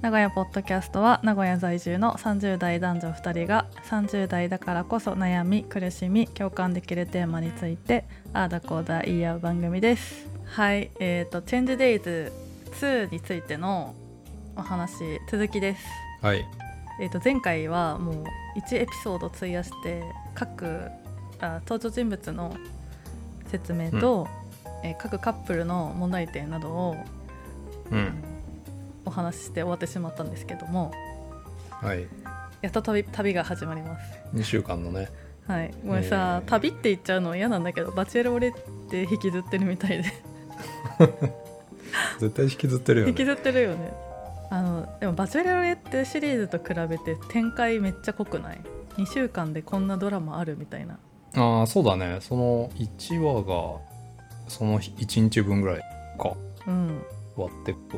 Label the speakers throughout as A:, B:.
A: 名古屋ポッドキャストは名古屋在住の30代男女2人が30代だからこそ悩み苦しみ共感できるテーマについてああだこうだ言い合う番組ですはいえっ、と「チェンジデイズ2」についてのお話続きです
B: はい
A: えー、と前回はもう1エピソード費やして各あ登場人物の説明と、えー各カップルの問題点などを、
B: う
A: あの
B: ん
A: お話しして終わってしまったんですけども
B: はい
A: やっと旅旅が始まります。
B: 2週間のね
A: はい、ごめんさ、
B: えー
A: 旅って言っちゃうの嫌なんだけどバチェロレって引きずってるみたいで
B: 絶対引きずってるよ
A: 引き
B: ね
A: ずってるよねあのでも「バチェロレ」ってシリーズと比べて展開めっちゃ濃くない2週間でこんなドラマあるみたいな
B: ああそうだねその1話がその1日分ぐらいか
A: うん
B: 割ってくと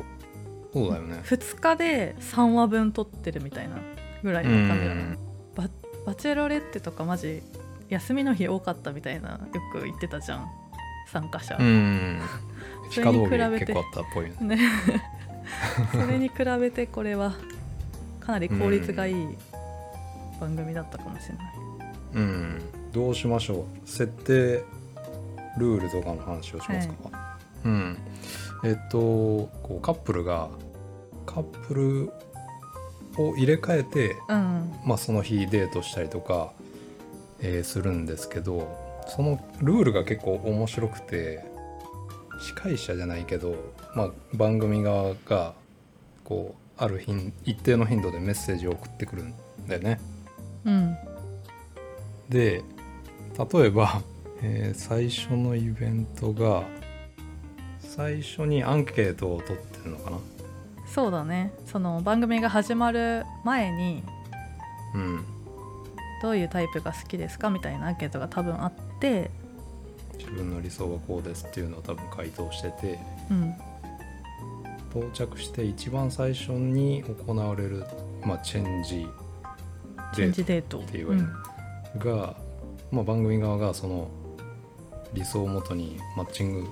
B: そうだよね
A: 2日で3話分撮ってるみたいなぐらいうの感じだね
B: ん
A: バチェロレッテとかマジ休みの日多かったみたいなよく言ってたじゃん参加者、
B: うん
A: そ
B: 非
A: れ
B: 稼
A: に
B: 働
A: 比べて
B: 日結構あったっぽいね
A: ねそれに比べてこれはかなり効率がいい番組だったかもしれない、
B: うんどうしましょう設定ルールとかの話をしますか、うんえっとこうカップルがカップルを入れ替えて
A: うん
B: まあ、その日デートしたりとか、えーするんですけどそのルールが結構面白くて司会者じゃないけど、まあ、番組側がこうある頻一定の頻度でメッセージを送ってくるんだよね。
A: うん
B: で例えば、えー最初のイベントが最初にアンケートを取ってるのかな。
A: そうだねその番組が始まる前に
B: うん、
A: どういうタイプが好きですかみたいなアンケートが多分あって
B: 自分の理想はこうですっていうのを多分回答してて。
A: うん
B: 到着して一番最初に行われる、まあ、チェンジ
A: チェ
B: デ
A: ン
B: ー
A: ジデート
B: って言われるトが、まあ、番組側がその理想をもとにマッチング
A: うん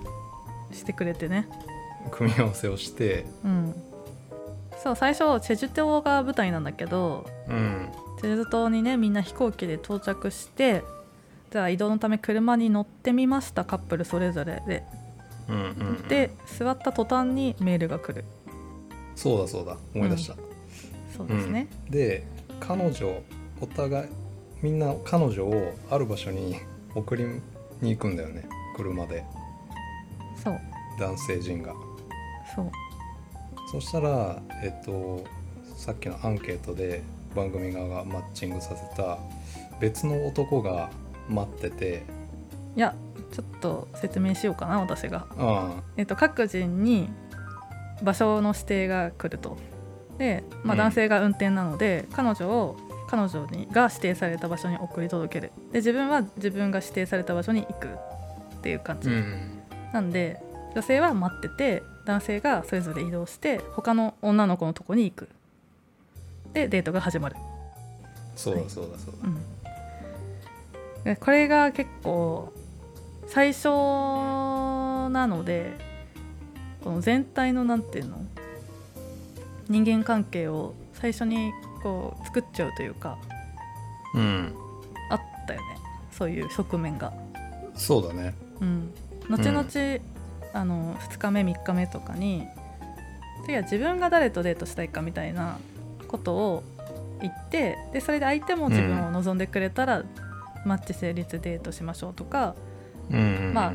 A: してくれてね
B: 組み合わせをして、
A: うん、そう最初チェジュ島が舞台なんだけど
B: うん、
A: チェジュ島にねみんな飛行機で到着してじゃあ移動のため車に乗ってみましたカップルそれぞれで、
B: うんうんうん
A: で座った途端にメールが来る
B: そうだそうだ思い出した、
A: そうですね、
B: うんで彼女お互いみんな彼女をある場所に送りに行くんだよね車で
A: そう
B: 男性陣が
A: そう
B: そしたら、えっと、さっきのアンケートで番組側がマッチングさせた別の男が待ってて、
A: いやちょっと説明しようかな私が、
B: あ
A: えっと、各人に場所の指定が来るとで、ま
B: う
A: あ、
B: ん
A: 男性が運転なので、彼女を彼女にが指定された場所に送り届けるで自分は自分が指定された場所に行くっていう感じ、
B: ん、
A: なんで女性は待ってて男性がそれぞれ移動して他の女の子のとこに行くでデートが始まる、
B: そう
A: は
B: だ
A: い
B: そうだそう
A: うんでこれが結構最初なのでこの全体のなんていうの人間関係を最初にこう作っちゃうというか
B: だ、うん、
A: あったよねそういう側面が。
B: そうだね
A: うん、後々、あの2日目3日目とかに次は自分が誰とデートしたいかみたいなことを言ってでそれで相手も自分を望んでくれたら、マッチ成立デートしましょうとか
B: うんうんうん
A: まあ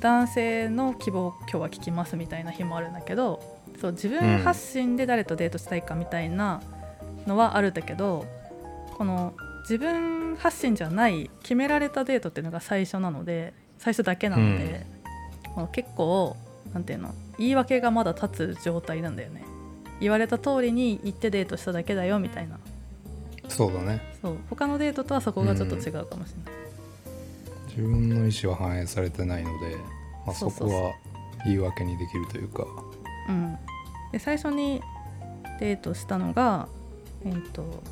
A: 男性の希望を今日は聞きますみたいな日もあるんだけどそう自分発信で誰とデートしたいかみたいなのはあるんだけど、この自分発信じゃない決められたデートっていうのが最初なので最初だけなので、この結構なんていうの言い訳がまだ立つ状態なんだよね言われた通りに行ってデートしただけだよみたいな
B: そうだね
A: そう他のデートとはそこがちょっと違うかもしれない。
B: 自分の意思は反映されてないので、まあ、
A: そ
B: そう
A: そうそう
B: こは言い訳にできるというか
A: うん、で最初にデートしたのが、えー、と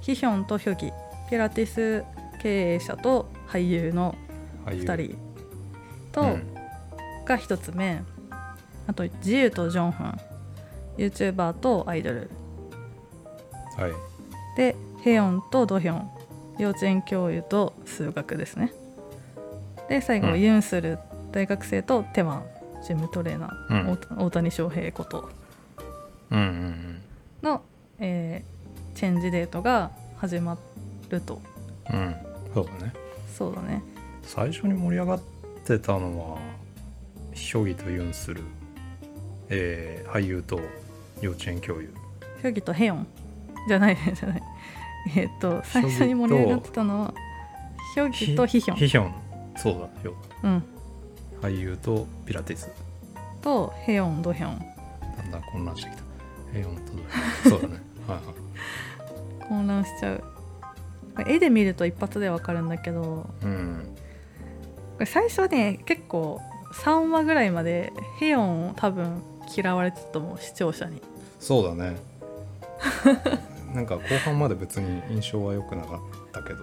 A: ヒヒョンとヒョギピラティス経営者と俳優の
B: 俳優
A: 2人と、
B: うん
A: が1つ目あとジユとジョンフン YouTuber とアイドル
B: はい
A: でヘヨンとドヒョン幼稚園教諭と数学ですねで最後、
B: うん
A: ユンスル大学生とテワンジムトレーナー、お大谷翔平こと
B: うんうんうん
A: の、えーチェンジデートが始まると
B: うん、そうだね
A: そうだね
B: 最初に盛り上がってたのはヒョギとユンする、えー俳優と幼稚園教諭
A: ヒョギとヘヨンじゃないじゃない えーっと最初に盛り上がってたのはヒョギとヒヒョン
B: ヒヒョンそうだよ
A: うん、
B: 俳優とピラティス
A: とヘヨンドヒョン
B: だんだん混乱してきたヘヨンとドそう だねはいはい
A: 混乱しちゃう絵で見ると一発でわかるんだけど
B: うん
A: これ最初ね結構3話ぐらいまでヘヨンを多分嫌われてたと思う視聴者に
B: そうだね なんか後半まで別に印象は良くなかっ たけど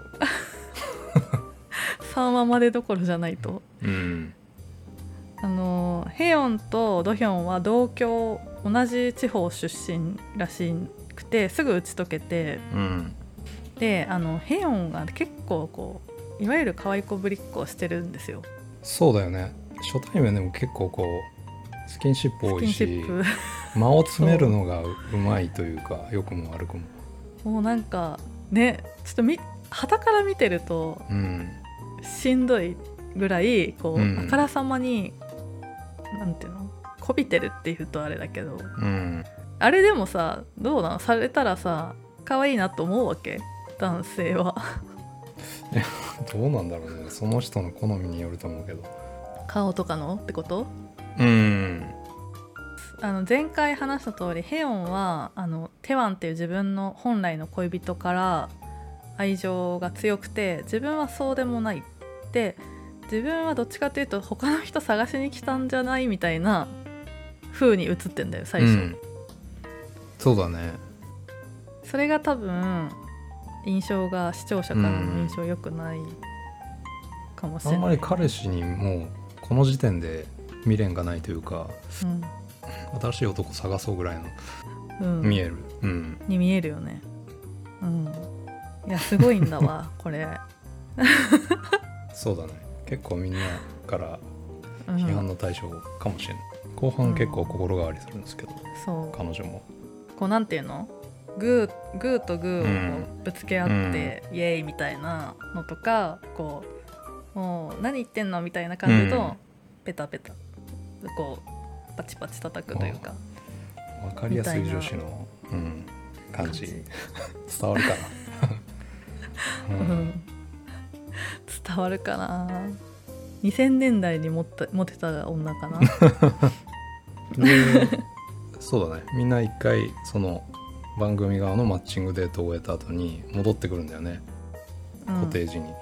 A: 3話までどころじゃないと
B: うん
A: あのヘヨンとドヒョンは同郷同じ地方出身らしくてすぐ打ち解けて
B: うん
A: であのヘヨンが結構こういわゆる可愛い子ぶりっ子をしてるんですよ
B: そうだよね初対面でも結構こうスキンシップ
A: ス
B: 多
A: キ
B: い
A: ンシ
B: し
A: ップ
B: 間を詰めるのがううまいというか良くも悪くも
A: もうなんかねちょっとみ旗から見てると
B: うん
A: しんどいぐらいこう、
B: うん
A: あからさまになんていうのこびてるっていうとあれだけど
B: うん
A: あれでもさどうなのされたらさ可愛いなと思うわけ男性は
B: どうなんだろうねその人の好みによると思うけど
A: 顔とかのってこと
B: うん
A: あの前回話した通りヘヨンはあのテワンっていう自分の本来の恋人から愛情が強くて自分はそうでもないって自分はどっちかというと他の人探しに来たんじゃないみたいな風に映ってんだよ最初、
B: うんそうだね
A: それが多分印象が視聴者からの印象良くないかもし
B: あ
A: れ
B: んま
A: ない、
B: り彼氏にもうこの時点で未練がないというか
A: うん
B: 新しい男探そうぐらいの
A: うん
B: 見えるうん
A: に見えるよねうんいやすごいんだわこれ、
B: そうだね結構みんなから
A: うん
B: 批判の対象かもしれない、後半結構心変わりするんですけど
A: そう
B: 彼女も
A: こうなんていうのグーグーとグーをこうぶつけ合って、イエーイみたいなのとかこうもう何言ってんのみたいな感じと、
B: うん
A: ペタペタこうパチパチ叩くというか
B: 分かりやすい女子の、うん、感じ伝わるかな、
A: う
B: うん
A: ん伝わるかな2000年代にモテモテた女かな
B: でそうだねみんな一回その番組側のマッチングデートを終えた後に戻ってくるんだよね、
A: うん
B: コテージに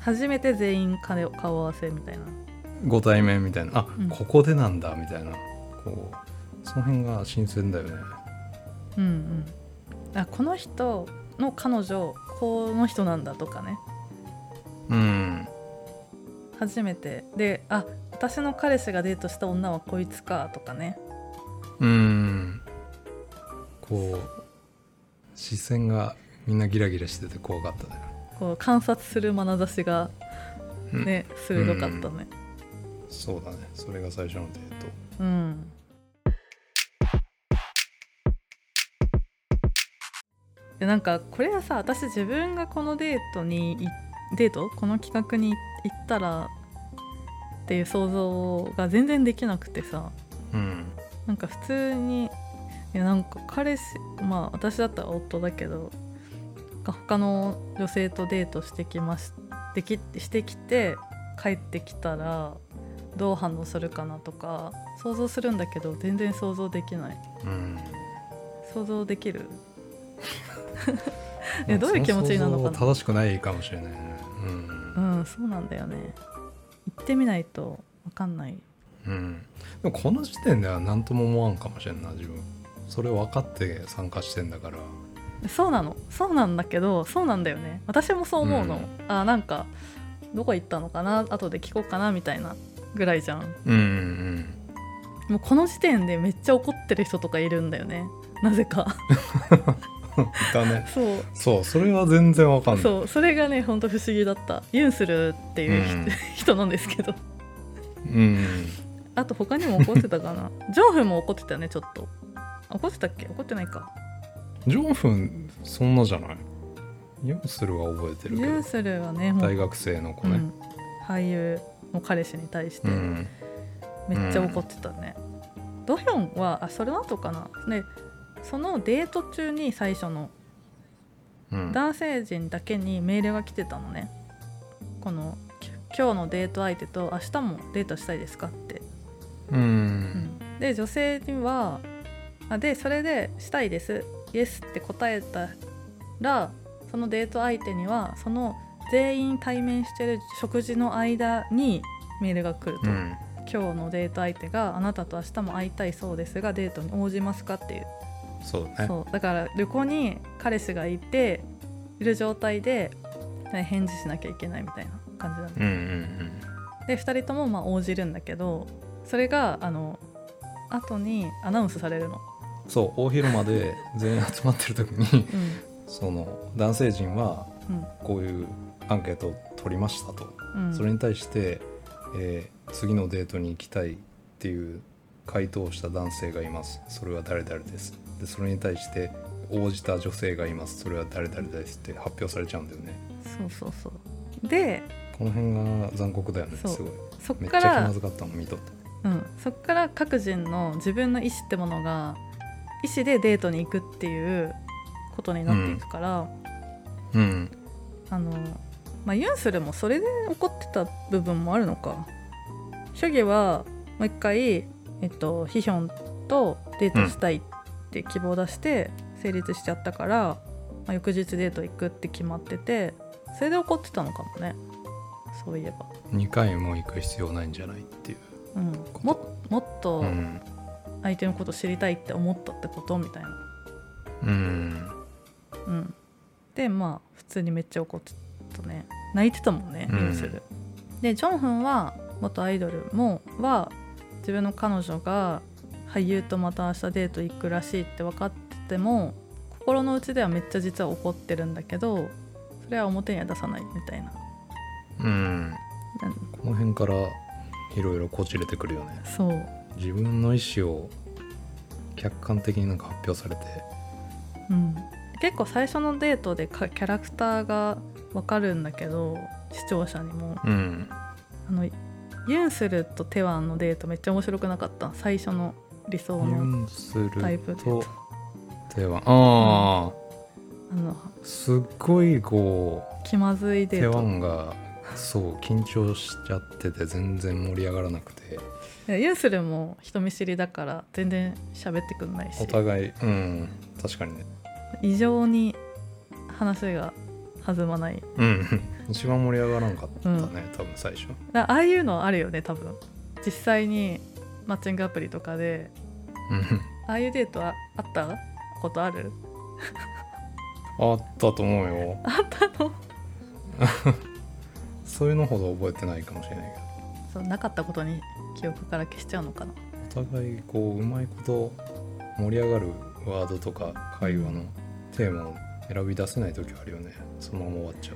A: 初めて全員顔顔合わせみたいな
B: ご対面みたいなあ、
A: うん
B: ここでなんだみたいなこうその辺が新鮮だよね
A: うんうんあこの人の彼女この人なんだとかね
B: うん
A: 初めてであ私の彼氏がデートした女はこいつかとかね
B: うんこう視線がみんなギラギラしてて怖かったね
A: こう観察する眼差しがね、鋭かったね
B: そうだねそれが最初のデート
A: うん、でなんかこれはさ私自分がこのデートにいデートこの企画に行ったらっていう想像が全然できなくてさ
B: うん
A: なんか普通にいやなんか彼氏まあ私だったら夫だけどなんか他の女性とデートしてきましできしてきて帰ってきたらどう反応するかなとか想像するんだけど全然想像できない
B: うん
A: 想像できるいやどういう気持ちになるのかな
B: そ想像は正しくないかもしれないね
A: う
B: うん、
A: んそうなんだよね行ってみないと分かんない
B: うん、でもこの時点では何とも思わんかもしれんな自分それ分かって参加してんだから
A: そうなのそうなんだけどそうなんだよね私もそう思うの、あなんかどこ行ったのかな後で聞こうかなみたいなぐらいじゃん
B: うん
A: もうこの時点でめっちゃ怒ってる人とかいるんだよねなぜか
B: だね
A: そう
B: そうそれは全然わかんな い
A: そうそれがねほんと不思議だったユンスルっていう人,、
B: うん
A: 人なんですけど
B: うん
A: あと他にも怒ってたかな ジョンフンも怒ってたねちょっと怒ってたっけ怒ってないか
B: ジョンフンそんなじゃないユンスルは覚えてるけ
A: ユン
B: ど
A: スルはねもう
B: 大学生の子
A: う
B: ね
A: ん、俳優の彼氏に対して
B: うん、
A: めっちゃ怒ってたね、ドヒョンはあそれの後かなでそのデート中に最初の
B: うん
A: 男性陣だけにメールが来てたのねこのき今日のデート相手と明日もデートしたいですかって、
B: う、
A: うんんで女性にはあでそれでしたいですイエスって答えたらそのデート相手にはその全員対面してる食事の間にメールが来ると、
B: うん
A: 今日のデート相手があなたと明日も会いたいそうですがデートに応じますかっていう
B: そうね
A: そうだから旅行に彼氏がいている状態でね返事しなきゃいけないみたいな感じなん
B: うんうん
A: で2人ともまあ応じるんだけどそれがあの後にアナウンスされるの、
B: うんそう大広間で全員集まってる時に
A: う
B: その男性陣は
A: んうん
B: こういうアンケートを取りましたと、
A: うん、
B: それに対して、えー次のデートに行きたいっていう回答をした男性がいますそれは誰々ですでそれに対して応じた女性がいますそれは誰々ですって発表されちゃうんだよね
A: そうそうそうで
B: この辺が残酷だよね
A: そう
B: すごい
A: そっ
B: めっち
A: か
B: ゃ気
A: ら
B: まずかったの見とった
A: うん、そこから各人の自分の意思ってものが意思でデートに行くっていうことになっていくから、
B: うん
A: あのまあ、ユンスルもそれで怒ってた部分もあるのかショゲはもう一回、えっと、ヒヒョンとデートしたいって希望を出して成立しちゃったから、まあ、翌日デート行くって決まっててそれで怒ってたのかもねそういえば、
B: 2回も行く必要ないんじゃないっていう
A: うん、
B: こと
A: ももっと
B: うん、
A: 相手のこと知りたいって思ったってことみたいな。
B: うん
A: うん、でまあ普通にめっちゃ怒ってたね泣いてたもんね
B: うん
A: 要する、でジョンフンは元アイドルもは自分の彼女が俳優とまた明日デート行くらしいって分かってても心の内ではめっちゃ実は怒ってるんだけどそれは表には出さないみたいな、
B: うん、
A: うん
B: この辺からいろいろこじれてくるよね
A: そう
B: 自分の意思を客観的になんか発表されて
A: うん、結構最初のデートでかキャラクターが分かるんだけど視聴者にも
B: うん
A: あのユンスルとテワンのデートめっちゃ面白くなかった最初の理想の
B: ユンスル
A: タイプで
B: とテワンああ、
A: あの
B: すっごいこ
A: 気まずいうデ
B: テ
A: ー
B: ワ
A: ト
B: ンがそう緊張しちゃってて全然盛り上がらなくて
A: いやユンスルも人見知りだから全然喋ってくんないし
B: お互いうん確かにね
A: 異常に話が弾まない
B: うん一番盛り上がらんかったね、多分最初
A: だああいうのあるよね多分実際にマッチングアプリとかで
B: うん
A: ああいうデートはあったことある
B: あったと思うよ
A: あったの
B: そういうのほど覚えてないかもしれないけ
A: そ
B: ど
A: うなかったことに記憶から消しちゃうのかな
B: お互いこううまいこと盛り上がるワードとか会話のテーマを選び出せない時あるよねそのまま終わっちゃ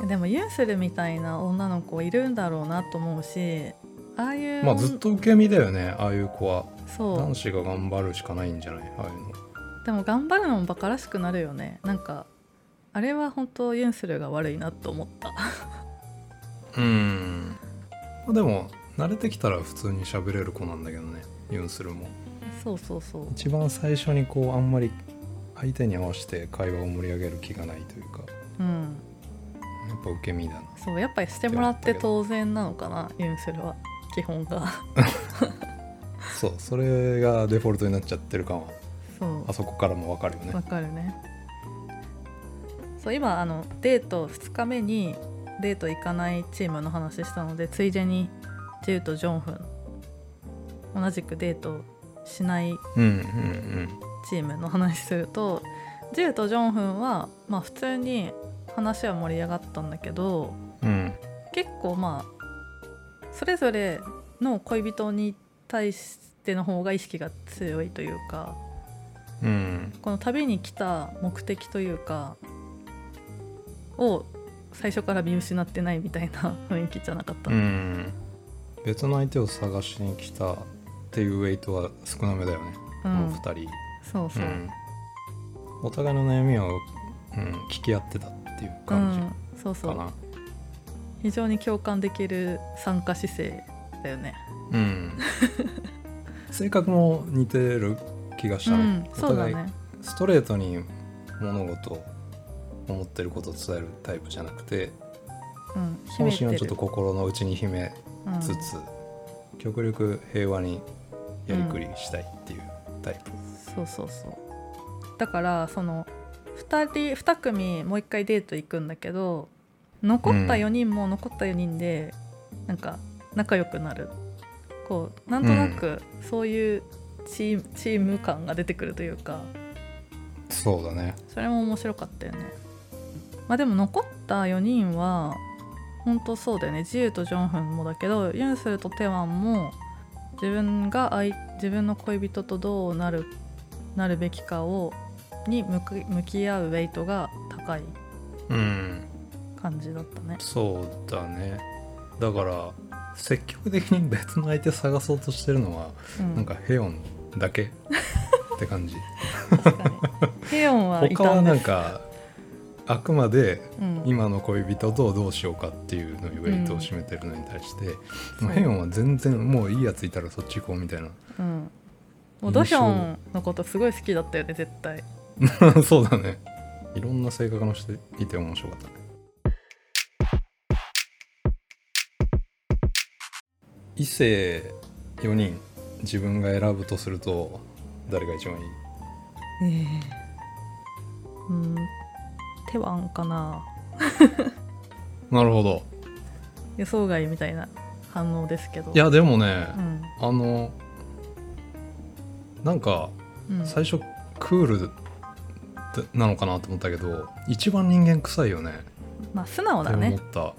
B: う
A: いやでもユンスルみたいな女の子いるんだろうなと思うしああいう
B: まあずっと受け身だよねああいう子は
A: そ
B: 男
A: う
B: 子が頑張るしかないんじゃないああいうの
A: でも頑張るのもバカらしくなるよねなんかあれは本当ユンスルが悪いなと思った
B: うんまあでも慣れてきたら普通に喋れる子なんだけどねユンスルも
A: そうそうそう
B: 一番最初にこうあんまり相手に合わせて会話を盛り上げる気がないというか
A: うん
B: やっぱ受け身だな
A: そうやっぱりしてもらって当然なのかなユンスルは基本が
B: そうそれがデフォルトになっちゃってる感は
A: そう
B: あそこからもわかるよね
A: わかるねそう今あのデート2日目にデート行かないチームの話したのでついでにジューとジョンフン同じくデートしない
B: うんうんうん
A: チームの話するとジューとジョンフンはまあ普通に話は盛り上がったんだけど
B: うん
A: 結構まあそれぞれの恋人に対しての方が意識が強いというか
B: うん
A: この旅に来た目的というかを最初から見失ってないみたいな雰囲気じゃなかった、
B: うん別の相手を探しに来たっていうウェイトは少なめだよね、
A: う
B: この
A: ん
B: 2人
A: そうそう、
B: んお互いの悩みを、うん、聞き合ってたっていう
A: う
B: 感じ
A: ん、そうそ
B: か
A: う
B: な
A: 非常に共感できる参加姿勢だよね
B: うん、性格も似てる気がし
A: う
B: たね
A: ん、
B: お
A: そうだ
B: 互い
A: ね
B: ストレートに物事思ってることを伝えるタイプじゃなくて
A: うん秘
B: 本
A: めてる
B: 心をちょっと心の内に秘めつつ、極力平和にやりくりしたいっていうタイプ、
A: そうそうそうだからその2人2組もう一回デート行くんだけど残った4人も残った4人でなんか仲良くなるこうなんとなくそういうチーム,、チーム感が出てくるというか
B: そうだね
A: それも面白かったよねまあでも残った4人は本当そうだよねジユとジョンフンもだけどユンスルとテワンも自分が相自分の恋人とどうなるなるべきかをに向く向き合うウェイトが高い
B: うん
A: 感じだったね
B: そうだねだから積極的に別の相手探そうとしてるのは、
A: うん
B: なんかヘヨンだけって感 じ
A: 確かにヘヨンはい
B: 他
A: た
B: は
A: ん
B: な
A: で
B: ん
A: す
B: かあくまで
A: うん
B: 今の恋人とどうしようかっていうのにウェイトを占めてるのに対して、
A: うん
B: もうヘヨンは全然もういいやついたらそっち行こうみたいな
A: うんもうドヒョンのことすごい好きだったよね絶対
B: そうだねいろんな性格の人いて面白かったね異性4人自分が選ぶとすると誰が一番いい
A: うんテワンかな
B: なるほど
A: 予想外みたいな反応ですけど
B: いやでもね
A: う、ん
B: あのなんか
A: うん、
B: 最初クールだなのかなと思ったけど一番人間臭いよね
A: まあ素直だ
B: って思
A: ね
B: った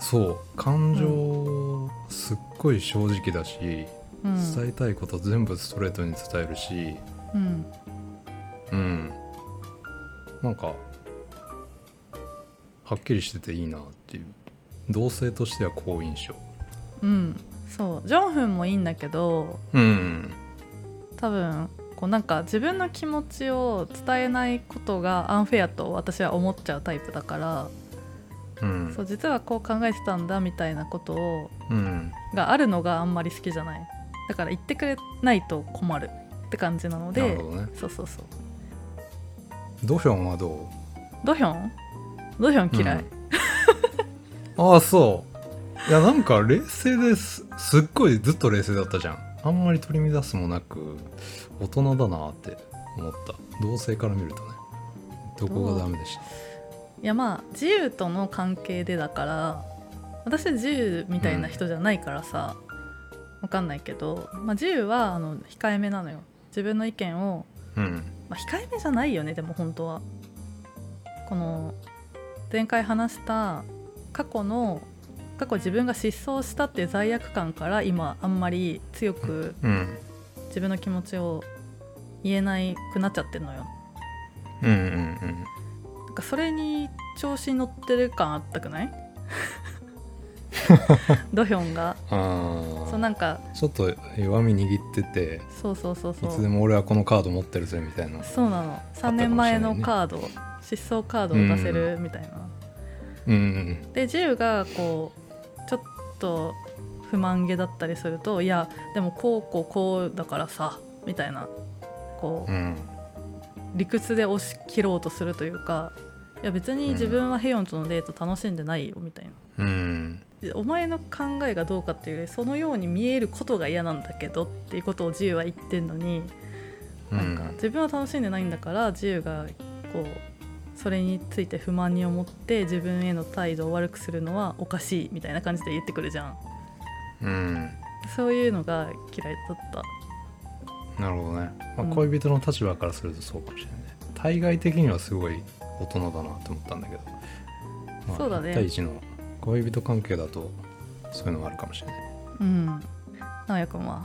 B: そう感情すっごい正直だし、
A: うん、
B: 伝えたいこと全部ストレートに伝えるし
A: うん、
B: うんなんかはっきりしてていいなっていう同性としては好印象
A: うん、そうジョンフンもいいんだけど
B: うん
A: 多分こうなんか自分の気持ちを伝えないことがアンフェアと私は思っちゃうタイプだから、
B: うん
A: そう実はこう考えてたんだみたいなことを
B: うん
A: があるのがあんまり好きじゃないだから言ってくれないと困るって感じなの
B: な
A: で
B: るほどね
A: そうそうそう
B: ドヒョンはど
A: ドヒョンドヒョ
B: う
A: ン嫌い、
B: うんああそういやなんか冷静ですすっごいずっと冷静だったじゃんあんまり取り乱すもなく大人だなって思った同性から見るとねどこがダメでした
A: いやまあ自由との関係でだから私自由みたいな人じゃないからさ、わかんないけど、まあ、自由はあの控えめなのよ自分の意見を、
B: うん
A: まあ、控えめじゃないよねでも本当はこの前回話した過去の過去自分が失踪したっていう罪悪感から今あんまり強く
B: うん
A: 自分の気持ちを言えなくなっちゃってるのよ
B: うんうんうん
A: なんかそれに調子に乗ってる感あったくない ドヒョンが
B: あ
A: そう
B: あ
A: なんか
B: ちょっと弱み握ってて
A: そうそうそう
B: い
A: そ
B: つで
A: う
B: も俺はこのカード持ってるぜみたいな
A: そうなの
B: かもしれないね
A: 3年前のカード、失踪カードを出せるみたいな、
B: うん
A: でジユがこうちょっと不満げだったりするといやでもこうこうこうだからさみたいなこう
B: うんうん
A: 理屈で押し切ろうとするというかいや別に自分はヘヨンとのデート楽しんでないよみたいな、
B: うん
A: お前の考えがどうかっていうよりそのように見えることが嫌なんだけどっていうことを自由は言ってんのに、
B: う
A: なんか自分は楽しんでないんだから自由がこうそれについて不満に思って自分への態度を悪くするのはおかしいみたいな感じで言ってくるじゃん
B: うん
A: そういうのが嫌いだった
B: なるほどね、ま
A: う
B: あ、
A: ん
B: 恋人の立場からするとそうかもしれないね、対外的にはすごい大人だなと思ったんだけど、まあ
A: そうだね
B: 1対1の恋人関係だとそういうのがあるかもしれない
A: うん直哉君は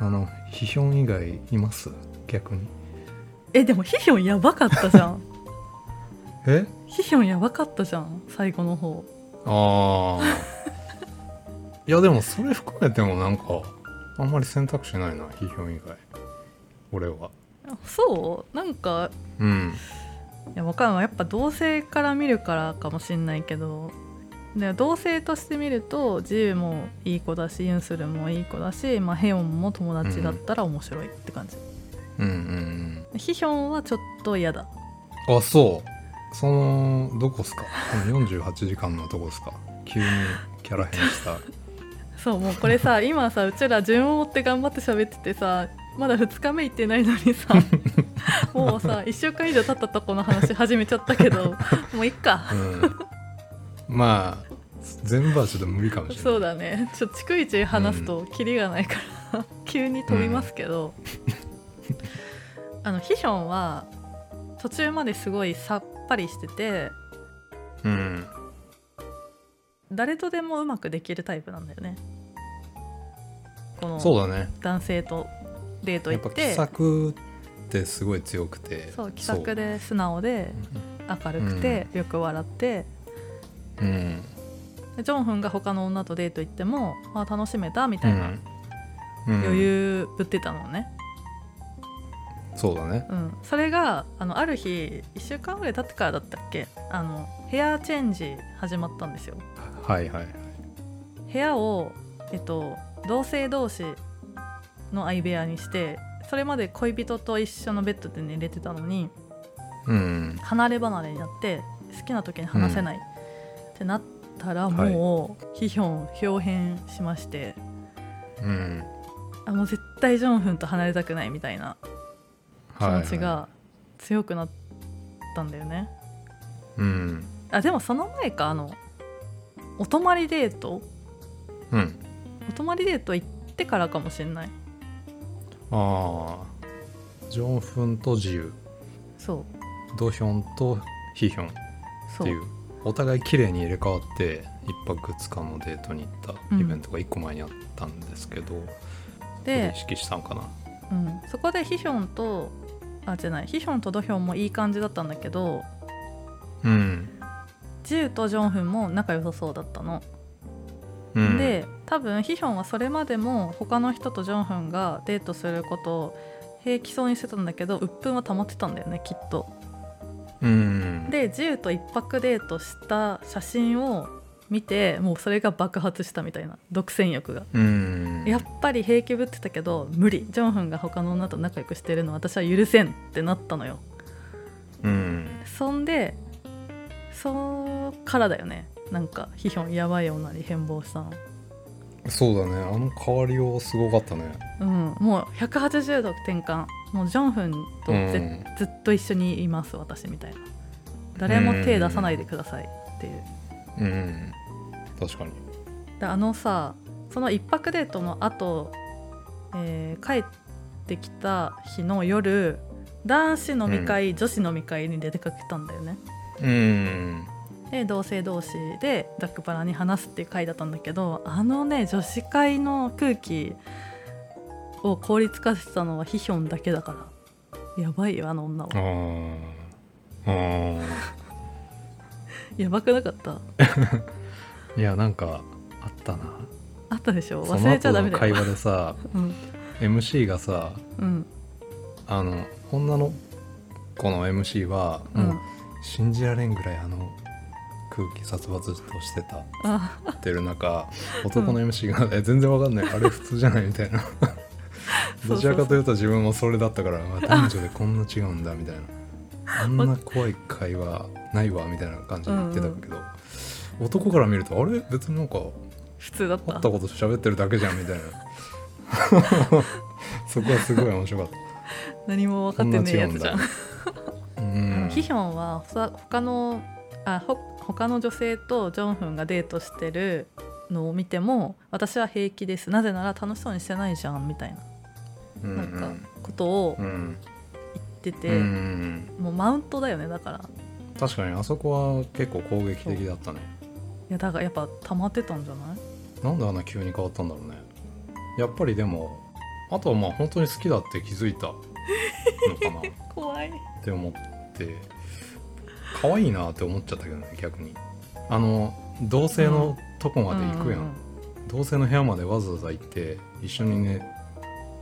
B: あの批評以外います逆に
A: えでもヒヒョンやばかったじゃん
B: え
A: ヒヒョンやばかったじゃん最後の方
B: ああいやでもそれ含めてもなんかあんまり選択肢ないな批評以外俺は
A: あそうなんか
B: うん
A: いやわかんないやっぱ同性から見るからかもしんないけどで同性として見るとジウもいい子だしユンスルもいい子だし、まあ、ヘヨンも友達だったら面白いって感じ、
B: うんうん
A: ヒヒョンはちょっと嫌だ
B: うんあそうそのどこっすかこの48時間のとこっすか急にキャラ変した
A: そうもうこれ さ今さうちら順を追って頑張って喋っててさまだ2日目行ってないのに さもうさ1週間以上経ったとこの話始めちゃったけどもういっか
B: うんまあ全部はちょっと無理かもしれない
A: そうだねちょっと逐一話すとキリがないから、 急に飛びますけど、あのヒヒョンは途中まですごいさっぱりしてて
B: うん
A: 誰とでもうまくできるタイプなんだよねこの
B: そうだね
A: 男性とデート
B: やっ
A: 行
B: ぱ
A: っ
B: 気
A: て
B: さくってすごい強くて
A: そう気さくで素直で明るくて、よく笑って
B: そううん
A: でジョンフンが他の女とデート行っても、まあ、楽しめたみ
B: う、
A: たいなん
B: うん、
A: 余裕ぶってたのね、
B: そうだね
A: うん、それがあのある日1週間ぐらい経ってからだったっけあのヘアチェンジ始まったんですよ
B: はいはい
A: 部屋を、えっと、同性同士の相部屋にしてそれまで恋人と一緒のベッドで寝れてたのに
B: うん
A: 離れ離れになって好きな時に話せない、ってなったらもう、批評表変しまして
B: うん
A: あもう絶対ジョンフンと離れたくないみたいな気
B: はいはい
A: 持ちが強くなったんだよね。
B: うん
A: あでもその前かあのお泊まりデート
B: うん
A: お泊まりデート行ってからかもしれない
B: ああジョンフンとジユ
A: そう
B: ドヒョンとヒヒョンっ
A: そ
B: て
A: う
B: いうお互い綺麗に入れ替わって1泊2日のデートに行ったイベントが1個前にあったんですけど、
A: で
B: 意、識したんかな
A: うん、そこでヒヒョンとあじゃないヒヒョンとドヒョンもいい感じだったんだけど
B: うん
A: ジュとジョンフンも仲良さそうだったの、
B: うん
A: で多分ヒヒョンはそれまでも他の人とジョンフンがデートすることを平気そうにしてたんだけど鬱憤は溜まってたんだよねきっと
B: うん
A: でジュと一泊デートした写真を見てもうそれが爆発したみたいな独占欲が
B: うん
A: やっぱり平気ぶってたけど無理ジョンフンが他の女と仲良くしてるの私は許せんってなったのよ
B: うん
A: そんでそっからだよねなんか批評やばい女に変貌したの
B: そうだねあの変わりようすごかったね
A: うんもう180度転換もうジョンフンとぜ
B: うん
A: ずっと一緒にいます私みたいな誰も手出さないでくださいっていう
B: うん確かに
A: であのさその一泊デートの後、えー帰ってきた日の夜男子飲み会、女子飲み会に出てかけたんだよね
B: うん
A: で同性同士でザックバラに話すっていう会だったんだけどあのね女子会の空気を凍りつかせてたのはヒヒョンだけだからやばいよあの女
B: あ
A: は
B: ーあー
A: やばくなかった
B: いやなんかあったな
A: あったでしょ
B: そ
A: 忘れちゃダ
B: の
A: メ
B: 後の
A: だ
B: 会
A: よ
B: 話でさ
A: うん、
B: MC がさ
A: うん
B: あの女の子の MC は
A: う
B: も
A: ん
B: う信じられんぐらいあの空気殺伐としてた
A: あ
B: ってる中男の MC が「え全然わかんないあれ普通じゃない」みたいな
A: そうそうそう
B: どちらかというと自分もそれだったからあ男女でこんな違うんだみたいなあんな怖い会話ないわみたいな感じで言ってたけど、男から見ると「あれ別になんか
A: 普通だっ
B: 会
A: た
B: ったこと喋ってるだけじゃんみたいなそこはすごい面白かった
A: 何も分か
B: こん
A: っ
B: な
A: てねえ
B: 違
A: や
B: う
A: つ
B: ん
A: じゃ
B: だ
A: ん
B: う
A: あの
B: ん
A: ヒヒョンはほさ他のあほ他の女性とジョンフンがデートしてるのを見ても私は平気ですなぜなら楽しそうにしてないじゃんみたいな
B: うん
A: なんかことを
B: う
A: 言っ
B: ん
A: てて、
B: うん
A: もうマウントだよねだからい
B: 確かにあそこは結構攻撃的だったね
A: やだからやっぱ溜まってたんじゃない
B: なんであんな急に変わったんだろうねやっぱりでもあとはまあ本当に好きだって気づいたのかなっ
A: 怖い
B: て思って可愛いなって思っちゃったけどね逆にあの同性のとこまで行くやん、
A: うう
B: 同性の部屋までわざわざ行って一緒に寝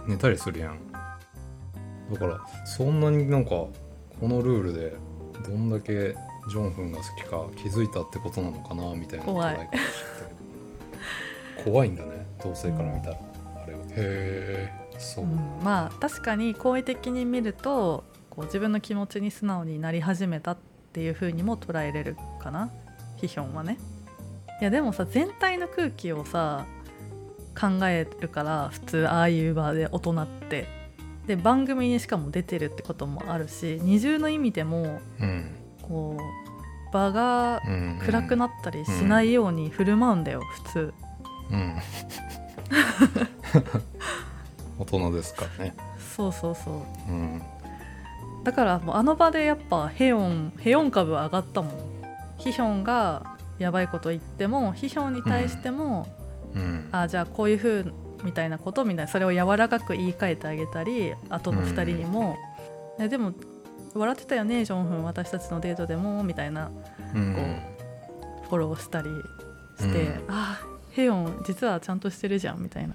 B: 寝たりするやんだからそんなになんかこのルールでどんだけジョンフンが好きか気づいたってことなのかなみたいな
A: 怖い
B: 方してたけど怖いんだね同性から見たら、あれはへえそう、
A: うんまあ確かに好意的に見るとこう自分の気持ちに素直になり始めたっていう風にも捉えれるかな批評はね。いやでもさ全体の空気をさ考えるから普通ああいう場で大人ってで番組にしかも出てるってこともあるし二重の意味でも
B: うん
A: こう場が
B: うん、
A: 暗くな
B: っ
A: ったりしないように振る舞うんだよ普通。
B: うん 大人ですからね
A: そうそうそう
B: うん
A: だからもうあの場でやっぱヘヨンヘヨン株上がったもんヒヒョンがやばいこと言ってもヒヒョンに対しても、
B: うん
A: あじゃあこういう風みたいなことみたいなそれを柔らかく言い換えてあげたり後の2人にも、ねでも笑ってたよねジョンフン私たちのデートでもみたいな
B: うん
A: フォローしたりして、
B: う
A: あヘヨン実はちゃんとしてるじゃんみたいな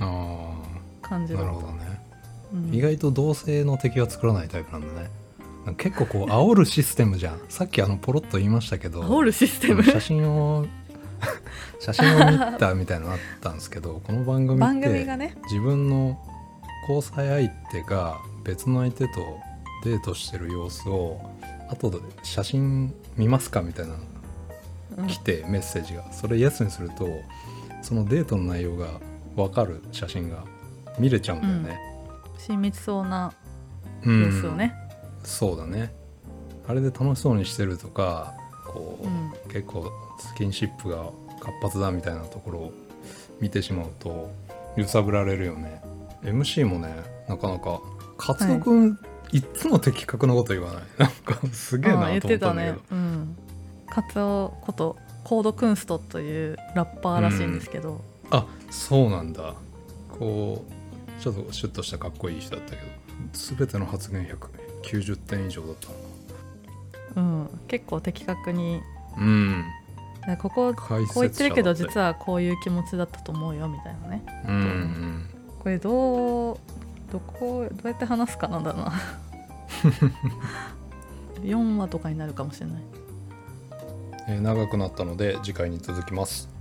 B: あ
A: 感
B: あ
A: じだ
B: な
A: っ
B: る
A: た
B: ほどね
A: うん
B: 意外と同性の敵は作らないタイプなんだねなんか結 構こう煽るシステムじゃんさっきあのポロッと言いましたけど
A: 煽るシステム
B: あの写 真を写真を見たみたいなのあったんですけどこの番組
A: 番
B: っ
A: 組
B: て
A: がね
B: 自分の交際相手が別の相手とデートしてる様子を後で写真見ますかみたいなの
A: うん
B: 来てメッセージがそれイエスにするとそのデートの内容が分かる写真が見れちゃうんだよね、
A: 親密そうな
B: うん
A: 様子をね、
B: そうだねあれで楽しそうにしてるとかこう、
A: うん
B: 結構スキンシップが活発だみたいなところを見てしまうと揺さぶられるよね MC もねなかなかカツオ君、い、つも的確なこと言わない なんかすげえなと
A: あ
B: 思
A: 言
B: っ
A: った
B: んだけ
A: て
B: ど
A: たね、うん、カツオことコードクンストというラッパーらしいんですけど、
B: あそうなんだこうちょっとシュッとしたかっこいい人だったけど全ての発言190点以上だったのか
A: うん結構的確に
B: うん
A: こここ
B: 解説者だ
A: う言ってるけど実
B: は
A: はこういう気持ちだったと思うよみたいなね
B: うんうん
A: これどうどこどうやって話すかなんだ ろうな4話とかになるかもしれない
B: えー長くなったので次回に続きます